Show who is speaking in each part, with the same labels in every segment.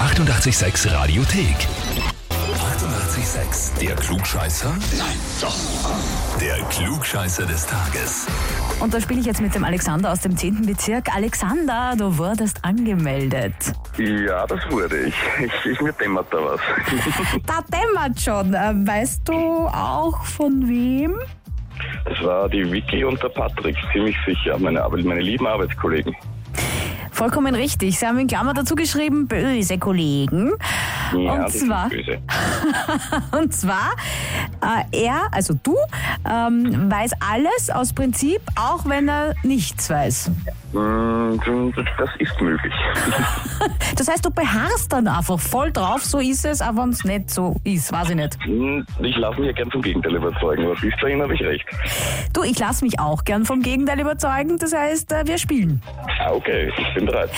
Speaker 1: 886 Radiothek. 886, der Klugscheißer? Nein, doch. Der Klugscheißer des Tages.
Speaker 2: Und da spiele ich jetzt mit dem Alexander aus dem 10. Bezirk. Alexander, du wurdest angemeldet.
Speaker 3: Ja, das wurde ich. Ich, ich mir dämmert da was.
Speaker 2: Da dämmert schon. Äh, Weißt du auch von wem?
Speaker 3: Das war die Vicky und der Patrick, ziemlich sicher, meine, Arbeit, meine lieben Arbeitskollegen.
Speaker 2: Vollkommen richtig. Sie haben in Klammer dazu geschrieben, böse Kollegen.
Speaker 3: Ja,
Speaker 2: und
Speaker 3: die
Speaker 2: zwar,
Speaker 3: sind böse.
Speaker 2: und zwar äh, er, also du, ähm, weiß alles aus Prinzip, auch wenn er nichts weiß.
Speaker 3: Mm, Das ist möglich.
Speaker 2: Das heißt, du beharrst dann einfach voll drauf, so ist es, aber wenn es nicht so ist, weiß ich nicht.
Speaker 3: Mm, Ich lasse mich ja gern zum Gegenteil überzeugen. Was ist dahin, habe ich recht.
Speaker 2: Du, ich lasse mich auch gern vom Gegenteil überzeugen, das heißt, äh, wir spielen.
Speaker 3: Ah, okay, ich bin bereit.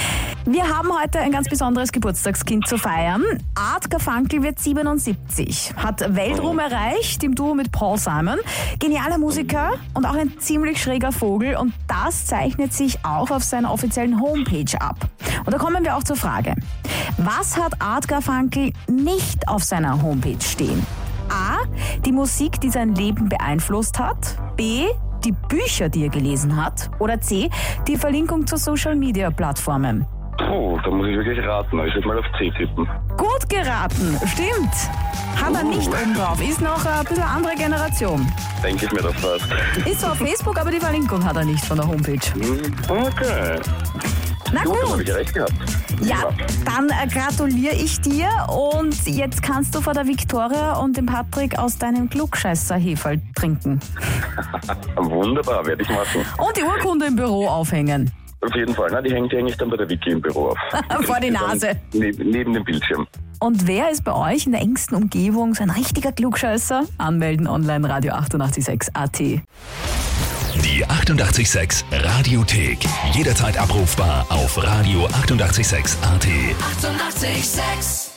Speaker 2: Wir haben heute ein ganz besonderes Geburtstagskind zu feiern. Art Garfunkel wird 77, hat Weltruhm erreicht im Duo mit Paul Simon. Genialer Musiker und auch ein ziemlich schräger Vogel und das zeichnet sich auch auf seiner offiziellen Homepage ab. Und da kommen wir auch zur Frage. Was hat Art Garfunkel nicht auf seiner Homepage stehen? A. Die Musik, die sein Leben beeinflusst hat. B. Die Bücher, die er gelesen hat. Oder C. Die Verlinkung zu Social-Media-Plattformen.
Speaker 3: Puh, da muss ich wirklich raten. Ich würde mal auf C tippen.
Speaker 2: Gut geraten, stimmt. Hat er nicht oben drauf, ist noch ein bisschen andere Generation.
Speaker 3: Denke ich mir das fast.
Speaker 2: Ist zwar auf Facebook, aber die Verlinkung hat er nicht von der Homepage.
Speaker 3: Hm, Okay.
Speaker 2: Na
Speaker 3: Gut, dann habe
Speaker 2: Ah, gut,
Speaker 3: ich recht gehabt.
Speaker 2: ja, dann äh, gratuliere ich dir und jetzt kannst du vor der Viktoria und dem Patrick aus deinem klugscheißer Heferl trinken.
Speaker 3: Wunderbar, werde ich machen.
Speaker 2: Und die Urkunde im Büro aufhängen. Äh,
Speaker 3: Auf jeden Fall. Na, die hängt die hänge ich dann bei der Wiki im Büro auf.
Speaker 2: Vor die
Speaker 3: Dann
Speaker 2: Nase.
Speaker 3: Neben, neben dem Bildschirm.
Speaker 2: Und wer ist bei euch in der engsten Umgebung so ein richtiger Klugscheißer? Anmelden online Radio 886 AT.
Speaker 1: Die 886 Radiothek. Jederzeit abrufbar auf radio886.at. 886!
Speaker 4: 886